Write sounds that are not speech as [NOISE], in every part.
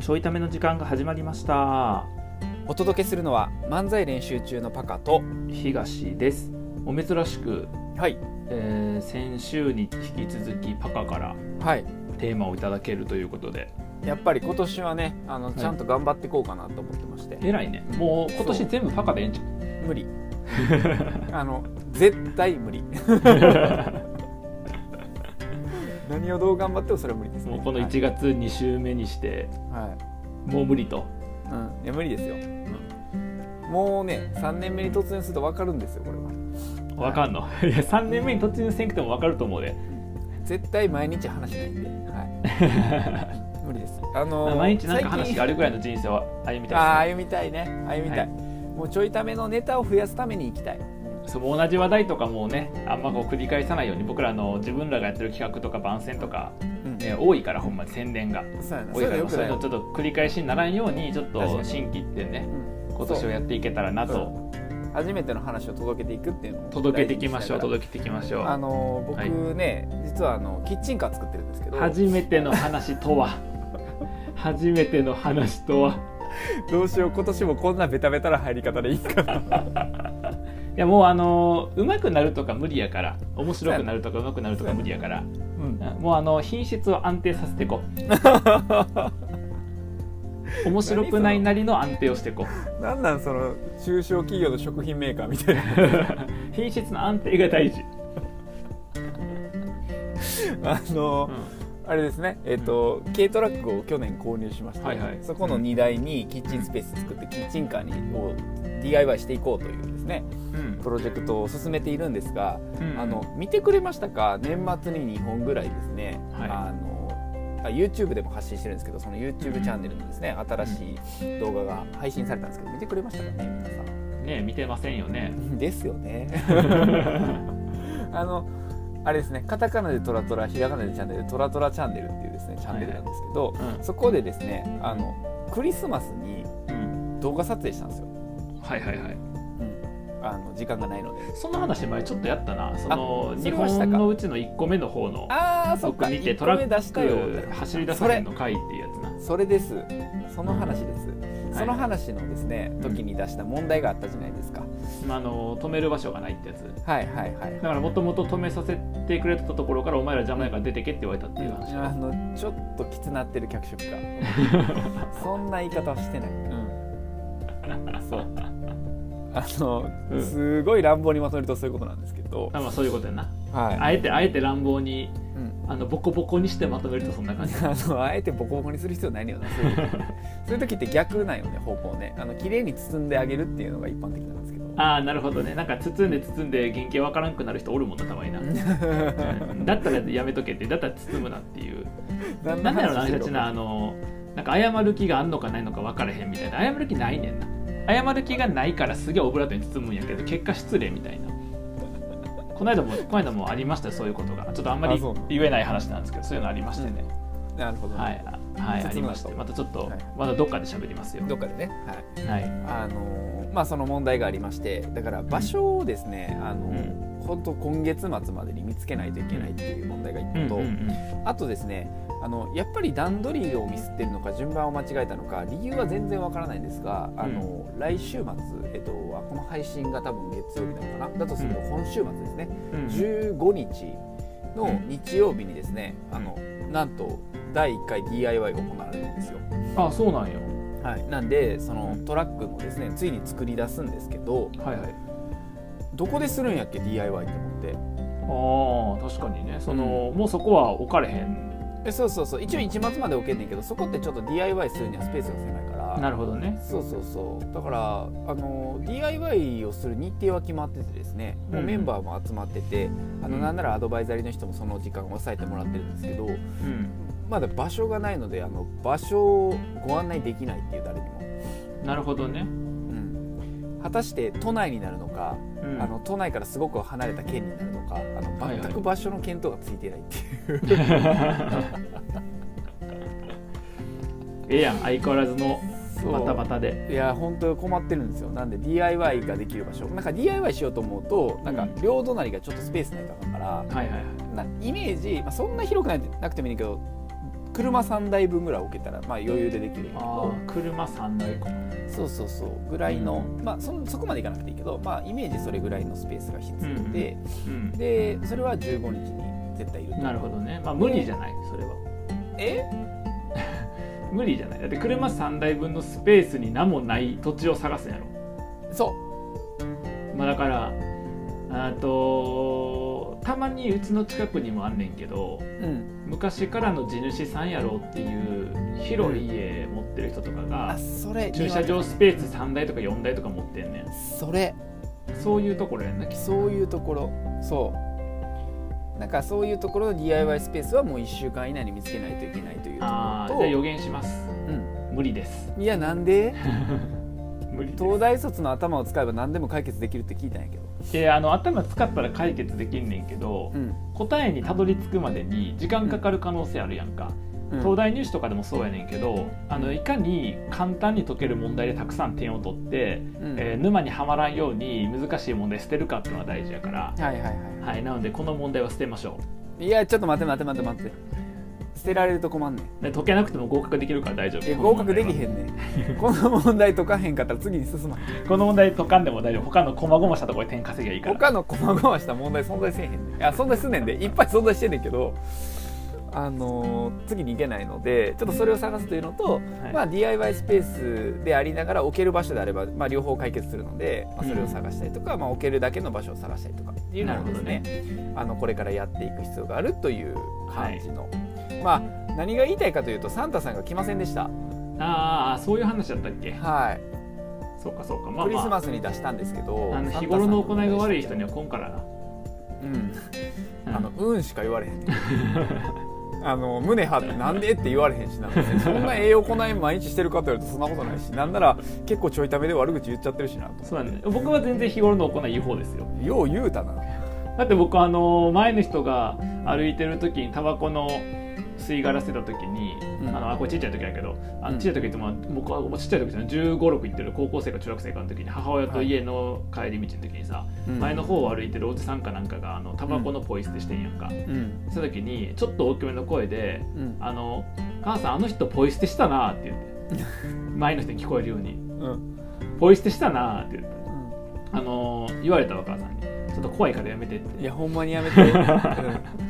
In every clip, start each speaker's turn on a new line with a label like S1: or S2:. S1: ちょいための時間が始まりました
S2: お届けするのは漫才練習中のパカと
S1: 東ですお珍しく、
S2: はい
S1: えー先週に引き続きパカから
S2: はい
S1: テーマをいただけるということで
S2: やっぱり今年はねあの
S1: い
S2: ちゃんと頑張っていこうかなと思って
S1: [LAUGHS]
S2: まして、
S1: えらいねもう今年全部パカでええんちゃう [LAUGHS]
S2: 無理あの絶対無理何をどう頑張ってもそれは無理ですね
S1: もうこの1月2週目にして
S2: はい、はい
S1: もう無理と
S2: うん、いや無理ですよ、もうね3年目に突入すると分かるんですよこれは
S1: わかんの [LAUGHS] いや3年目に突入せんくてもわかると思うで
S2: 絶対毎日話しないんで、は
S1: [LAUGHS]
S2: い、無理ですあのー
S1: 毎日なんか話があ
S2: 最近
S1: るぐらいの人生を歩み
S2: あー
S1: たいで
S2: 歩みたいね歩みたい、
S1: はい
S2: もうちょいためのネタを増やすために行きたい
S1: すねそうもう同じ話題とかもうねあんまこう繰り返さないように僕らの自分らがやってる企画とか番宣とか、
S2: うん
S1: ね、多いからほんまに宣伝が
S2: そうやな
S1: 多
S2: そう
S1: い
S2: い
S1: か
S2: うのよ
S1: ら
S2: く
S1: そうい
S2: な
S1: う
S2: い
S1: のちょっと繰り返しにならんようにちょっ
S2: 確か
S1: と
S2: に
S1: 新規ってね
S2: うん
S1: 今年をやっていけたらな
S2: そう
S1: と
S2: 初めての話を届けていくっていうのを
S1: 届けていきましょう
S2: 大事に
S1: 届けていきましょ
S2: ながらあ
S1: う
S2: のー
S1: はい
S2: 僕ね、実はあのキッチンカー作ってるんですけど
S1: 初めての話とは [LAUGHS] 初めての話とは
S2: どうしよう今年もこんなベタベタな入り方でいいかない
S1: やもうあのうまくなるとか無理やから面白くなるとかうまくなるとか無理やから [LAUGHS]
S2: うん
S1: うんもうあの品質を安定させていこ
S2: [LAUGHS]
S1: う面白くないなりの安定をしていこう
S2: なんなんその中小企業の食品メーカーみたいな
S1: [LAUGHS] 品質の安定が大事、
S2: あのーあれですね、えっと軽トラックを去年購入しまして、
S1: はいはい
S2: そこの荷台にキッチンスペース作ってキッチンカーにを DIY していこうというですね
S1: うん
S2: プロジェクトを進めているんですが、
S1: うん
S2: あの見てくれましたか年末に2本ぐらいですね、
S1: はい
S2: あのあ YouTube でも発信してるんですけどその YouTube チャンネルのですね新しい動画が配信されたんですけど見てくれましたかね皆
S1: [LAUGHS]
S2: さん
S1: ね見てませんよね
S2: です
S1: [LAUGHS]
S2: よね [LAUGHS] あのあれですねカタカナでトラトラひらがなでチャンネルトラトラチャンネルっていうですねチャンネルなんですけど、
S1: うん
S2: そこでですねあのクリスマスに
S1: うん
S2: 動画撮影したんですよ、
S1: はいはいはい
S2: あの時間がないので
S1: その話前ちょっとやったなその
S2: あそ
S1: 日
S2: れはした
S1: 本
S2: か
S1: のうちの1個目の方の
S2: ああそっ
S1: 僕
S2: か
S1: 見て
S2: 一
S1: ト
S2: 個
S1: ラ
S2: 目出したよ
S1: ック走り出さへんの回っていうやつな
S2: それですその話です、
S1: い
S2: その話のですね、
S1: ん
S2: 時に出した問題があったじゃないですか、
S1: まああの止める場所がないってやつ
S2: はいはいはい
S1: だからもともと止めさせてくれてたところからお前ら邪魔やから出てけって言われたっていう話
S2: あのちょっときつなってる脚色
S1: [LAUGHS]
S2: がそんな言い方はしてない、そうあの、
S1: うん
S2: すごい乱暴にまとめるとそういうことなんですけど、
S1: あまあそういうことやな
S2: はい
S1: あえてあえて乱暴に
S2: うん
S1: あのボコボコにしてまとめるとそんな感じ
S2: あのあえてボコボコにする必要ないのよなそういう時そういう時って逆なんよね方向ねあの綺麗に包んであげるっていうのが一般的なんですけど
S1: ああなるほどねなんか包んで包んで原型わからんくなる人おるもんなたまになうんだったらやめとけってだったら包むなっていう
S2: [LAUGHS] 何
S1: なんだろうなあれ
S2: た
S1: たちなあのなんか謝る気があんのかないのか分からへんみたいな謝る気ないねんな謝る気がないからすげえオブラートに包むんやけど結果失礼みたいなこの間もこの間もありましたよそういうことがちょっとあんま
S2: あ
S1: り
S2: そうなの
S1: 言えない話なんですけどそういうのありましてね、
S2: なるほど、
S1: はいあはい
S2: 包むなと
S1: ありましてまたちょっと、
S2: はい
S1: まだどっかで喋りますよ
S2: どっかでねはい
S1: はい
S2: あのまあその問題がありましてだから場所をですね、あの
S1: うん
S2: 本当今月末までに見つけないといけないっていう問題が
S1: うん
S2: 1個
S1: う
S2: と、
S1: んうん
S2: あとですねあのやっぱり段取りをミスってるのか順番を間違えたのか理由は全然わからないんですがあの、来週末、えっと、この配信が多分月曜日なのかなだとすると
S1: う
S2: 今週末ですね、
S1: うん
S2: 15日の日曜日にですねあのなんと第1回 DIY が行われるんですよ。
S1: あそうなんよ
S2: はい、なんでそのトラックもですねついに作り出すんですけど
S1: はいはい
S2: どこでするんやっけ DIY って思っ
S1: あ
S2: て
S1: あ確かにねその、もうそこは置かれへん
S2: えそうそうそう一応一末まで置けんねんけどそこってちょっと DIY するにはスペースが狭いから
S1: なるほどね
S2: そうそうそうだからあの DIY をする日程は決まっててですねもう
S1: うん
S2: メンバーも集まってて、あ
S1: う
S2: の
S1: ん
S2: なんならアドバイザリーの人もその時間を抑えてもらってるんですけど
S1: うん
S2: まだ場所がないのであの場所をご案内できないっていう誰にも、
S1: なるほどね、
S2: うん、果たして都内になるのか
S1: うん、
S2: あの都内からすごく離れた県になるのかあ
S1: は
S2: の
S1: いはい
S2: 全く場所の見当がついてないっていう、 [LAUGHS]
S1: ええやん相変わらずのバタバタで
S2: い、や本当困ってるんですよなんで DIY ができる場所なんか DIY しようと思うとなんか
S1: うん
S2: 両隣がちょっとスペースないとあかんから、
S1: はいはいはい
S2: なイメージ、まあ、そんな広くないなくてもいいけど車3台分ぐらい置けたら、まあ、余裕でできるんやけ
S1: あ
S2: ど
S1: あ車3台かな
S2: そうそうそうぐらいの、まあ、そんそこまでいかなくていいけど、まあ、イメージそれぐらいのスペースが必要で,、
S1: うん
S2: でそれは15日に絶対いると
S1: なるほどねまあ無理じゃないそれは
S2: え
S1: 無理じゃないだって車3台分のスペースに何もない土地を探すんやろ
S2: そう
S1: まあだからあとたまにうちの近くにもあんねんけど
S2: うん
S1: 昔からの地主さんやろっていう広い家持ってる人とかが
S2: あそれ
S1: 駐車場スペース3台とか4台とか持ってんねん
S2: それ
S1: そういうところやんなきっと
S2: そういうところそうなんかそういうところの DIY スペースはもう1週間以内に見つけないといけないというとこ
S1: ああじゃあ
S2: ろと
S1: 予言します
S2: う
S1: 無理です
S2: ん、いやなんで
S1: 無理です
S2: 東大卒の頭を使えば何でも解決できるって聞いたんやけど、
S1: であの頭使ったら解決できんねんけど、
S2: うん
S1: 答えにたどり着くまでに時間かかる可能性あるやんか、
S2: うん
S1: 東大入試とかでもそうやねんけどあのいかに簡単に解ける問題でたくさん点を取って、
S2: うん
S1: えー沼にはまらんように難しい問題捨てるかっていうのが大事やから、
S2: はいはいはい
S1: はい、なのでこの問題は捨てましょ
S2: いやちょっと待って待って待って待って捨てられると困んねん
S1: うで解けなくても合格できるから大丈夫
S2: え
S1: この
S2: 合
S1: 問
S2: 格
S1: 題
S2: で
S1: は
S2: きへんねんこの問題解かへんかったら次に進まへん
S1: この問題解かんでも大丈夫他の細々したところで点稼ぎゃいいから
S2: 他の細々した問題存在せえへんねんいや存在すんねんでいっぱい存在してんねんけどあのー次に行けないのでちょっとそれを探すというのと、
S1: はい
S2: まあ、DIY スペースでありながら置ける場所であれば、まあ、両方解決するので、まあ、それを探したりとか、まあ、置けるだけの場所を探したりとかっていうのをですねあのこれからやっていく必要があるという感じの、まあ何が言いたいかというとサンタさんが来ませんでした
S1: あーあーそういう話だったっけ
S2: はい、
S1: そうかそうかまあ
S2: クリス
S1: まあ
S2: マスに出したんですけど
S1: あの
S2: サンタさん
S1: 日頃の行いが悪い人には来んからな
S2: うん
S1: うん
S2: あのうんしか言われへん [LAUGHS] あの胸張ってなんでって言われへんしなそんな栄養こない毎日してるかと言われるとそんなことないしなんなら結構ちょいためで悪口言っちゃってるしなと
S1: そうなんです僕は全然日頃の行いいい方ですよ
S2: よう言うたな
S1: だって僕あの前の人が歩いてる時にタバコの吸い殻捨てた時に、
S2: うん
S1: あのあこれちっちゃい時やけどあ
S2: うん
S1: ちっちゃい時って、まあ、僕はちっちゃい時じゃない1 5六6行ってる高校生か中学生かの時に母親と家の帰り道の時にさ、
S2: うん
S1: 前の方を歩いてるおじさんかなんかがあのタバコのポイ捨てしてんやんか、
S2: うん
S1: その時にちょっと大きめの声で
S2: う
S1: 「
S2: ん
S1: あの母さんあの人ポイ捨てしたな」って言
S2: [LAUGHS]
S1: って前の人に聞こえるように
S2: うん
S1: 「ポイ捨てしたな」って言ってあの言われたお母さんに「ちょっと怖いからやめて」って
S2: いやほんまにやめて、うん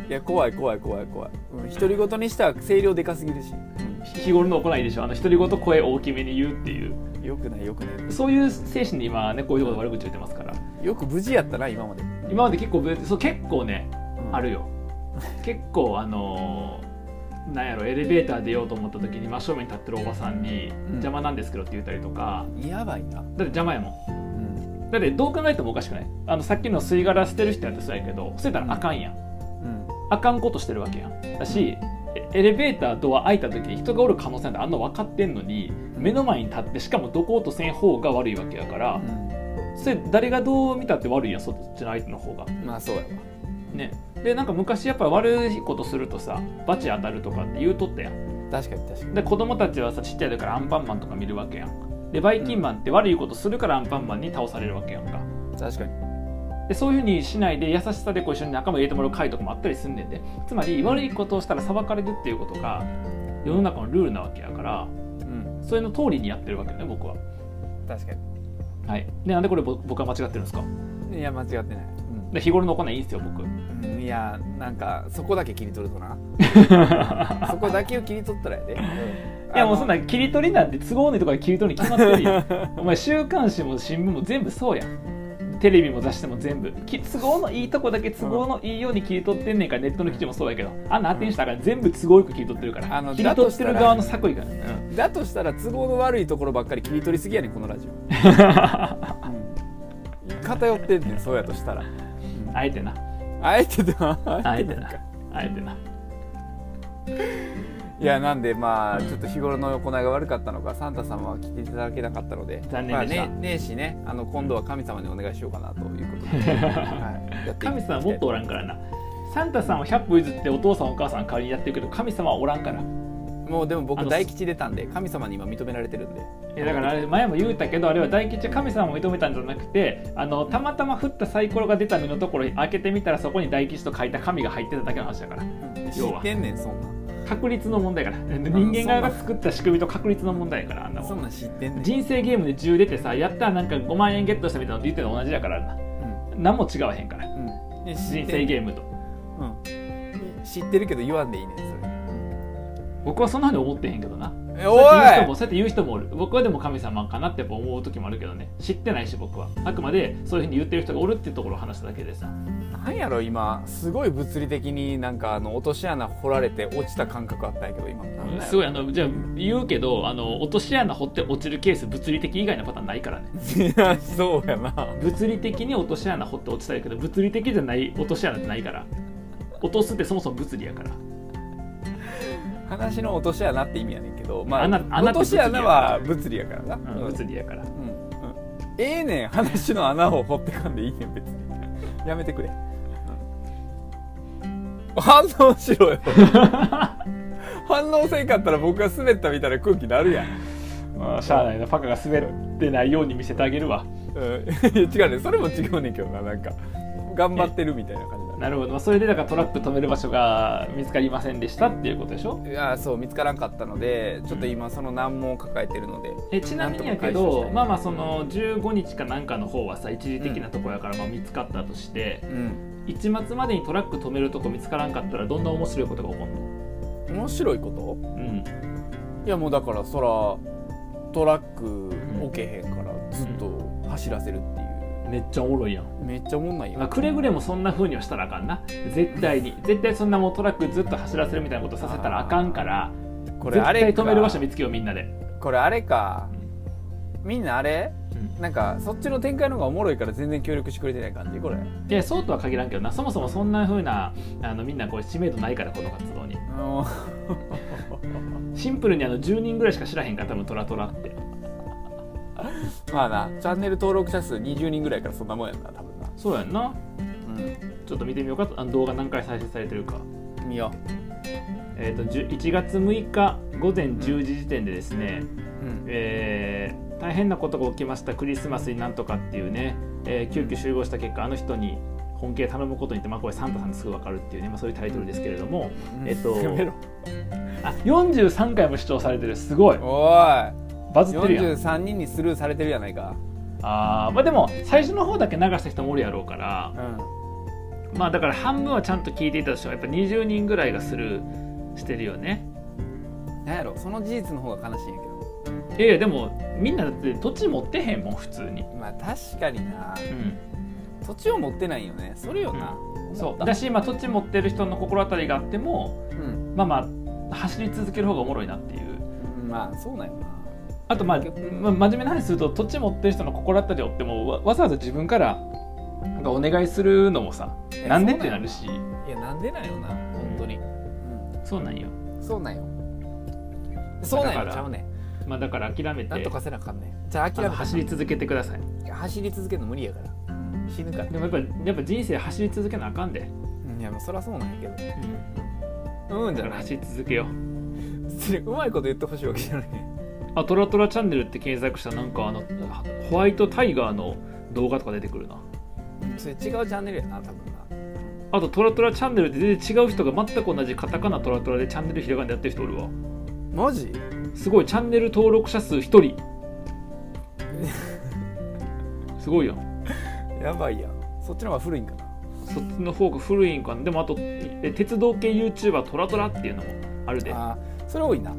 S2: いや怖い怖い怖い怖い、うん、独り言にしたら声量でかすぎるし、
S1: 日頃の行いでしょあの独り言声大きめに言うっていう
S2: よくないよくな
S1: そういう精神で今ねこういうところで悪口言ってますから
S2: いよく無事やったな今まで、
S1: 今まで結構ぶれてそう結構ね
S2: うん
S1: あるよ結構あのーなんやろエレベーター出ようと思った時に真正面に立ってるおばさんに「邪魔なんですけど」って言ったりとか
S2: やばいな、
S1: だって邪魔やもん
S2: うん
S1: だってどう考えてもおかしくないあのさっきの吸い殻捨てる人やってそうやけど捨てたらあかんやん
S2: うん、
S1: あかんことしてるわけやんだしえエレベータードア開いた時に人がおる可能性なんてあんの分かってんのに目の前に立ってしかもどこうとせん方が悪いわけやからそれ誰がどう見たって悪いやんそっちの相手の方が
S2: うんまあそうやわ
S1: ねでなんか昔やっぱ悪いことするとさ罰当たるとかって言うとったやん
S2: 確かに確かに
S1: で子供たちはさちっちゃい時からアンパンマンとか見るわけやんでバイキンマンって悪いことするからアンパンマンに倒されるわけやんか
S2: 確かにで
S1: でそういうふうにしないで優しさでこう一緒に仲間を入れてもらう会とかもあったりすんねんでつまり悪いことをしたら裁かれるっていうことが世の中のルールなわけやから
S2: うん
S1: それの通りにやってるわけよね僕は
S2: 確か
S1: はいでなんでこれぼ僕は間違ってるんですか
S2: にいや間違ってない、
S1: で日頃の行いいいんですよ僕
S2: うんいやなんかそこだけ切り取る
S1: [LAUGHS]
S2: となそこだけを切り取ったらやで、
S1: いやもうそん
S2: な
S1: な切り取りなんて都合のいいところで切り取りに決まってるやん [LAUGHS] お前週刊誌も新聞も全部そうやんテレビも雑誌も全部き都合のいいとこだけ都合のいいように切り取ってんねんからネットの記事もそうやけどあんなあってんしたから全部都合よく切り取ってるから
S2: あの
S1: 切り取ってる
S2: だとしたら
S1: 側の作為がね、うん
S2: だとしたら都合の悪いところばっかり切り取りすぎやねんこ
S1: [LAUGHS]
S2: のラジオ、うん偏ってんねんそうやとしたら
S1: あえてな
S2: あえてだ
S1: あえてなあえてない
S2: やなんでまあちょっと日頃の行いが悪かったのかサンタ様は来ていただけなかったので
S1: 残念でした
S2: まあね、年始ねあの今度は神様にお願いしようかなということ
S1: [LAUGHS]
S2: で、はい、やっていき
S1: 神
S2: たい
S1: 様はもっとおらんからなサンタさんは100歩譲ってお父さんお母さん代わりにやってるけど神様はおらんから
S2: もうでも
S1: あ
S2: 僕
S1: の
S2: 大吉出たんで神様に今認められてるんで
S1: いやだからあれ前も言うたけどあれは大吉は神様を認めたんじゃなくてあのたまたま振ったサイコロが出た目のところ開けてみたらそこに大吉と書いた神が入ってただけの話だから
S2: 知ってんねんそんなん
S1: 確率の問題やから人間側が作った仕組みと確率の問題やからあんなも
S2: そん
S1: ん
S2: なん知ってんねん
S1: 人生ゲームで10出てさやったらなんか5万円ゲットしたみたいなのと言ってるの同じやからな何も違わへんから
S2: うんうんね知
S1: 人
S2: って
S1: 生
S2: ん
S1: ゲームと
S2: うん知ってるけど言わんでいいねんそれ
S1: 僕はそんなふうに思ってへんけどな
S2: え
S1: そう
S2: お
S1: やって言う人もそうや
S2: い
S1: って言う人もおる僕はでも神様かなってやっぱ思う時もあるけどね知ってないし僕はあくまでそういうふうに言ってる人がおるっていうところを話しただけでさ
S2: なんやろ今すごい物理的になんかあの落とし穴掘られて落ちた感覚あったんやけど今なんなんやろ
S1: すごいあのじゃあ言うけどあの落とし穴掘って落ちるケース物理的以外のパターンないからね
S2: [LAUGHS] いやそうやな
S1: 物理的に落とし穴掘って落ちたいけど物理的じゃない落とし穴ってないから落とすってそもそも物理やから
S2: 話の落とし穴って意味やねんけど、まあ、
S1: 穴穴
S2: 落
S1: って物理
S2: とし
S1: や
S2: 穴は物理やからな、
S1: うん物理やから
S2: うんうんええねん話の穴を掘ってかんでいいねん別に [LAUGHS] やめてくれ、うん反応しろよ [LAUGHS] 反応せんかったら僕が滑ったみたいな空気になるやん、
S1: まあしゃあないなパカが滑ってないように見せてあげるわ
S2: うん、 [LAUGHS] いや違うねそれも違うねんけどななんか頑張ってるみたいな感じにな
S1: なるほどそれでだからトラック止める場所が見つかりませんでしたっていうことでしょ
S2: るいやそう見つからんかったのでちょっと今その難問を抱えてるので、
S1: えちなみにやけ
S2: なんとか解消し
S1: ど
S2: たい
S1: まあまあその15日かなんかの方はさ一時的なとこやからまあ見つかったとして、
S2: うん、
S1: 一末までにトラック止めるとこ見つからんかったらどんな面白いことが起こるの
S2: 面白いこと
S1: うん
S2: いやもうだからそらトラック置けへんからずっと走らせるっていう、
S1: めっちゃおもろいやん、
S2: めっちゃおもんないよ、
S1: まあ、くれぐれもそんな風にはしたらあかんな絶対に絶対そんなもうトラックずっと走らせるみたいなことさせたらあかんから
S2: これ
S1: 絶
S2: あれ
S1: 対
S2: か
S1: 止める場所見つけようみんなで、
S2: これあれかみんなあれ
S1: うん
S2: なんかそっちの展開の方がおもろいから全然協力してくれてない感じこれ
S1: いやそうとは限らんけどなそもそもそんな風なあのみんなこう知名度ないからこの活動にシンプルにあの10人ぐらいしか知らへんから多分トラトラって
S2: まあなチャンネル登録者数20人ぐらいからそんなもんやんな多分な、
S1: そうやんなちょっと見てみようかあの動画何回再生されてるか
S2: うん、見よ
S1: えっ、と10 1月6日午前10時時点でですね、
S2: う、うん、
S1: えー大変なことが起きましたクリスマスになんとかっていうね、えー急遽集合した結果あの人に本気で頼むことにって、まあ、これサンタさんですぐ分かるっていうね、まあ、そういうタイトルですけれどもえっと
S2: やめろ
S1: [LAUGHS] あ43回も視聴されてるすごい
S2: お
S1: バズ
S2: い
S1: ってるやん
S2: 43人にスルーされてるやないか
S1: あー、まあ、でも最初の方だけ流した人もおるやろうから
S2: うん
S1: まあだから半分はちゃんと聞いていたとしてもやっぱ20人ぐらいがスルーしてるよね
S2: なんやろその事実の方が悲しいんやけど
S1: いやいやでもみんなだって土地持ってへんもん普通に
S2: まあ確かにな
S1: うん
S2: 土地を持ってないよねそれよな、
S1: そう
S2: だ
S1: だし、まあ、土地持ってる人の心当たりがあっても
S2: うん、
S1: まあまあ走り続ける方がおもろいなっていう
S2: まあそうなんよな
S1: あとまあ、まあ真面目な話すると土地持ってる人の心当たりを追ってもわわざわざ自分からなんかお願いするのもさ
S2: え
S1: なんでってなるし
S2: いやなんでなんよな本当に、う
S1: そうなんよ、
S2: ん、そうなんよそうなん
S1: だ
S2: よ
S1: から
S2: ちゃうね
S1: まあ、だから諦めて
S2: なんとかせなあかんねじゃあ
S1: あ
S2: 諦
S1: の
S2: め
S1: 走り続けてください
S2: て走り続けるの無理やから死ぬから
S1: でもやっぱやっぱ人生走り続けなあかんで、
S2: いやまあそりゃそうなんやけどうんじ
S1: だ
S2: ゃ
S1: から
S2: ない
S1: 走り続けよう
S2: 別にうまいこと言ってほしいわけじゃない
S1: あトラトラチャンネルって検索したらなんかあのホワイトタイガーの動画とか出てくるな
S2: それ違うチャンネルやな多分な
S1: あとトラトラチャンネルって全然違う人が全く同じカタカナトラトラでチャンネルひらがなでやってる人おるわ
S2: マジ
S1: すごいチャンネル登録者数1人すごいやん
S2: やばいやんそっちの方が古いんかな
S1: そっちの方が古いんかなでもあとえ鉄道系 YouTuber トラトラっていうのもあるであ
S2: あーそれ多いな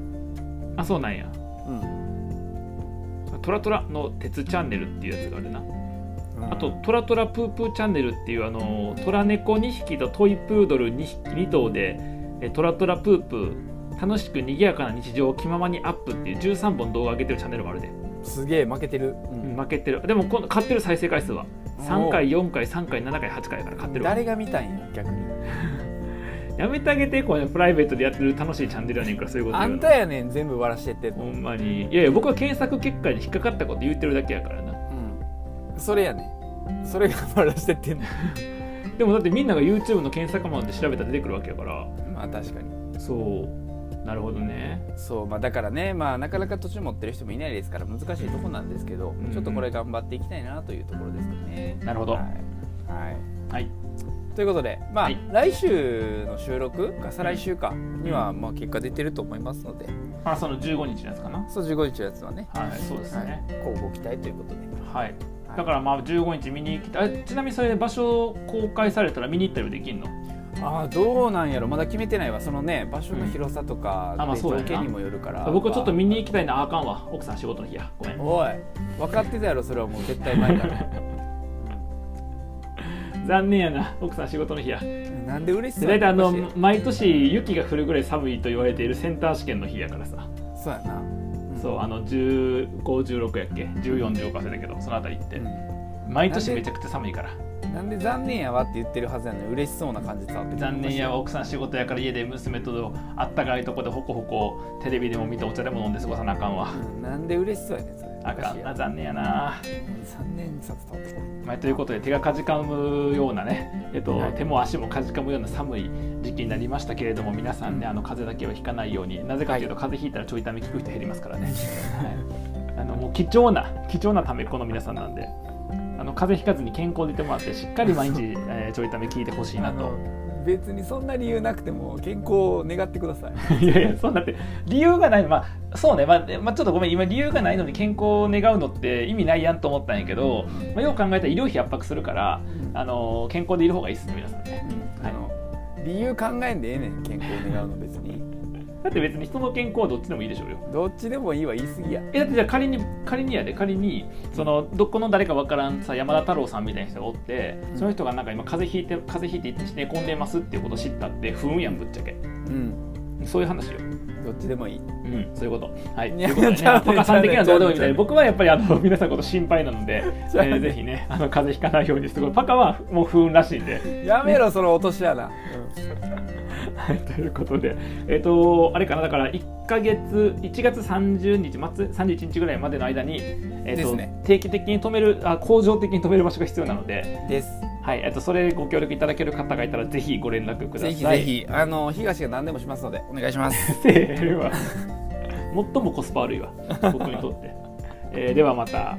S1: そうなんや
S2: うん
S1: トラトラの鉄チャンネルっていうやつがあるな
S2: うん
S1: あとトラトラプープーチャンネルっていうあのトラ猫2匹とトイプードル2匹2頭でえトラトラプープー楽しく賑やかな日常を気ままにアップっていう13本動画上げてるチャンネルもあるで、
S2: すげえ負けてる、う
S1: うん、負けてるでも今度買ってる再生回数は3回4回3回7回8回やから買ってるわ
S2: 誰が見たんや逆に
S1: やめてあげてこれプライベートでやってる楽しいチャンネルやねんからそういうこと
S2: あ
S1: 言うんの
S2: たやねん全部バラしてって
S1: ほんまにいやいや僕は検索結果に引っかかったこと言ってるだけやからな
S2: うんそれやねんそれがバラしてってんの
S1: でもだってみんなが YouTube の検索マウンで調べたら出てくるわけやから
S2: まあ確かに
S1: そうなるほどね
S2: そうまあだからねまあなかなか土地持ってる人もいないですから難しいとこなんですけど、
S1: ん
S2: ちょっとこれ頑張っていきたいなというところですかね
S1: なるほど
S2: はい、はい
S1: はい
S2: ということで、まあ
S1: はい
S2: 来週の収録か再来週かには、まあ、結果出てると思いますので
S1: あその15日のやつかな
S2: そう15日のやつはね、
S1: はいそうです
S2: はい
S1: ね、
S2: こうご期待ということで、
S1: はい、
S2: はい
S1: だからまあ15日見に行きたいあちなみにそれで場所公開されたら見に行ったりもできんの
S2: ああどうなんやろまだ決めてないわそのね場所の広さとか、
S1: うんあまあ
S2: で
S1: そうや
S2: 条
S1: な
S2: 件にもよるから
S1: 僕ちょっと見に行きたいなああかんわ奥さん仕事の日やごめん
S2: おい分かってたやろそれはもう絶対前から
S1: [LAUGHS] 残念やな奥さん仕事の日や
S2: なんで嬉し
S1: で
S2: そうや
S1: 大体あの
S2: おかしい
S1: 毎年雪が降るぐらい寒いと言われているセンター試験の日やからさ、
S2: そうやな、ん
S1: そうあの1516やっけ1415かせだけどそのあたりって、毎年めちゃくちゃ寒いから
S2: うんなんで残念やわって言ってるはずやのに嬉しそうな感じ伝わってくる
S1: 残念やわ奥さん仕事やから家で娘とあったかいとこでホコホコテレビでも見てお茶でも飲んで過ごさなあかんわ
S2: うんなんで嬉しそうやねんそれ
S1: あ
S2: おか
S1: か
S2: しい
S1: ん
S2: や
S1: な
S2: ろ
S1: 残念やな、
S2: 残念さ伝わってこない
S1: まあ、ということで手がかじかむようなね、えっと
S2: はい
S1: 手も足もかじかむような寒い時期になりましたけれども皆さんねあの風邪だけはひかないようになぜかというと風邪ひいたらちょい痛め聞く人減りますからね、はい、あのもう貴重な貴重なためっ子の皆さんなんであの風邪ひかずに健康でいてもらってしっかり毎日、えーちょい痛め聞いてほしいな
S2: あ
S1: と
S2: の別にそんな理由なくても健康を願ってく
S1: [LAUGHS]
S2: ださ
S1: [LAUGHS]
S2: い
S1: いやいや、そうだって、理由がないの、まあ、そうね、まあ、でまあ、ちょっとごめん、今、理由がないのに健康を願うのって意味ないやんと思ったんやけど、まあ、よう考えたら医療費圧迫するから、あの健康でいる方がいいっすね、皆さんね。
S2: あの理由考えんでええねん健康を願うの別に
S1: だって別に人の健康はどっちでもいいでしょうよ。
S2: どっちでもいいは言い過ぎや
S1: えだってじゃあ仮に仮にやで仮にそのどこの誰かわからんさ山田太郎さんみたいな人がおって
S2: うん
S1: その人がなんか今風邪ひいて風邪ひいて寝込んでますっていうことを知ったって不運やんぶっちゃけ
S2: うん
S1: そういう話よ
S2: どっちでもいい
S1: うん、そういうこと。はい。と
S2: い
S1: い
S2: や
S1: うことで
S2: ち
S1: ね、
S2: ゃうね
S1: アパカさん的には
S2: ちゃ
S1: ど
S2: う
S1: うでもいい
S2: ね
S1: みたい
S2: ちゃう
S1: で、
S2: ね
S1: 僕はやっぱりあの [LAUGHS] 皆さんのこと心配なので、え
S2: ちゃうね
S1: ーぜひね、あの風邪ひかないようにして、これパカはもう不運らしいんで。
S2: やめろその落とし穴、
S1: はい、ということで、えっ、と、あれかな、だから1ヶ月、1月30日末、31日ぐらいまでの間に、えっ、
S2: です
S1: と、
S2: ね
S1: 定期的に止める、あ、恒常的に止める場所が必要なので、
S2: うんです
S1: はい、えっ、と、それご協力いただける方がいたら、ぜひご連絡くださ
S2: ぜ
S1: い。
S2: ひぜひあの東が何でもしますのでお願いします
S1: [LAUGHS] せーのは [LAUGHS] 最もコスパ悪いわ僕にとって、えーではまた。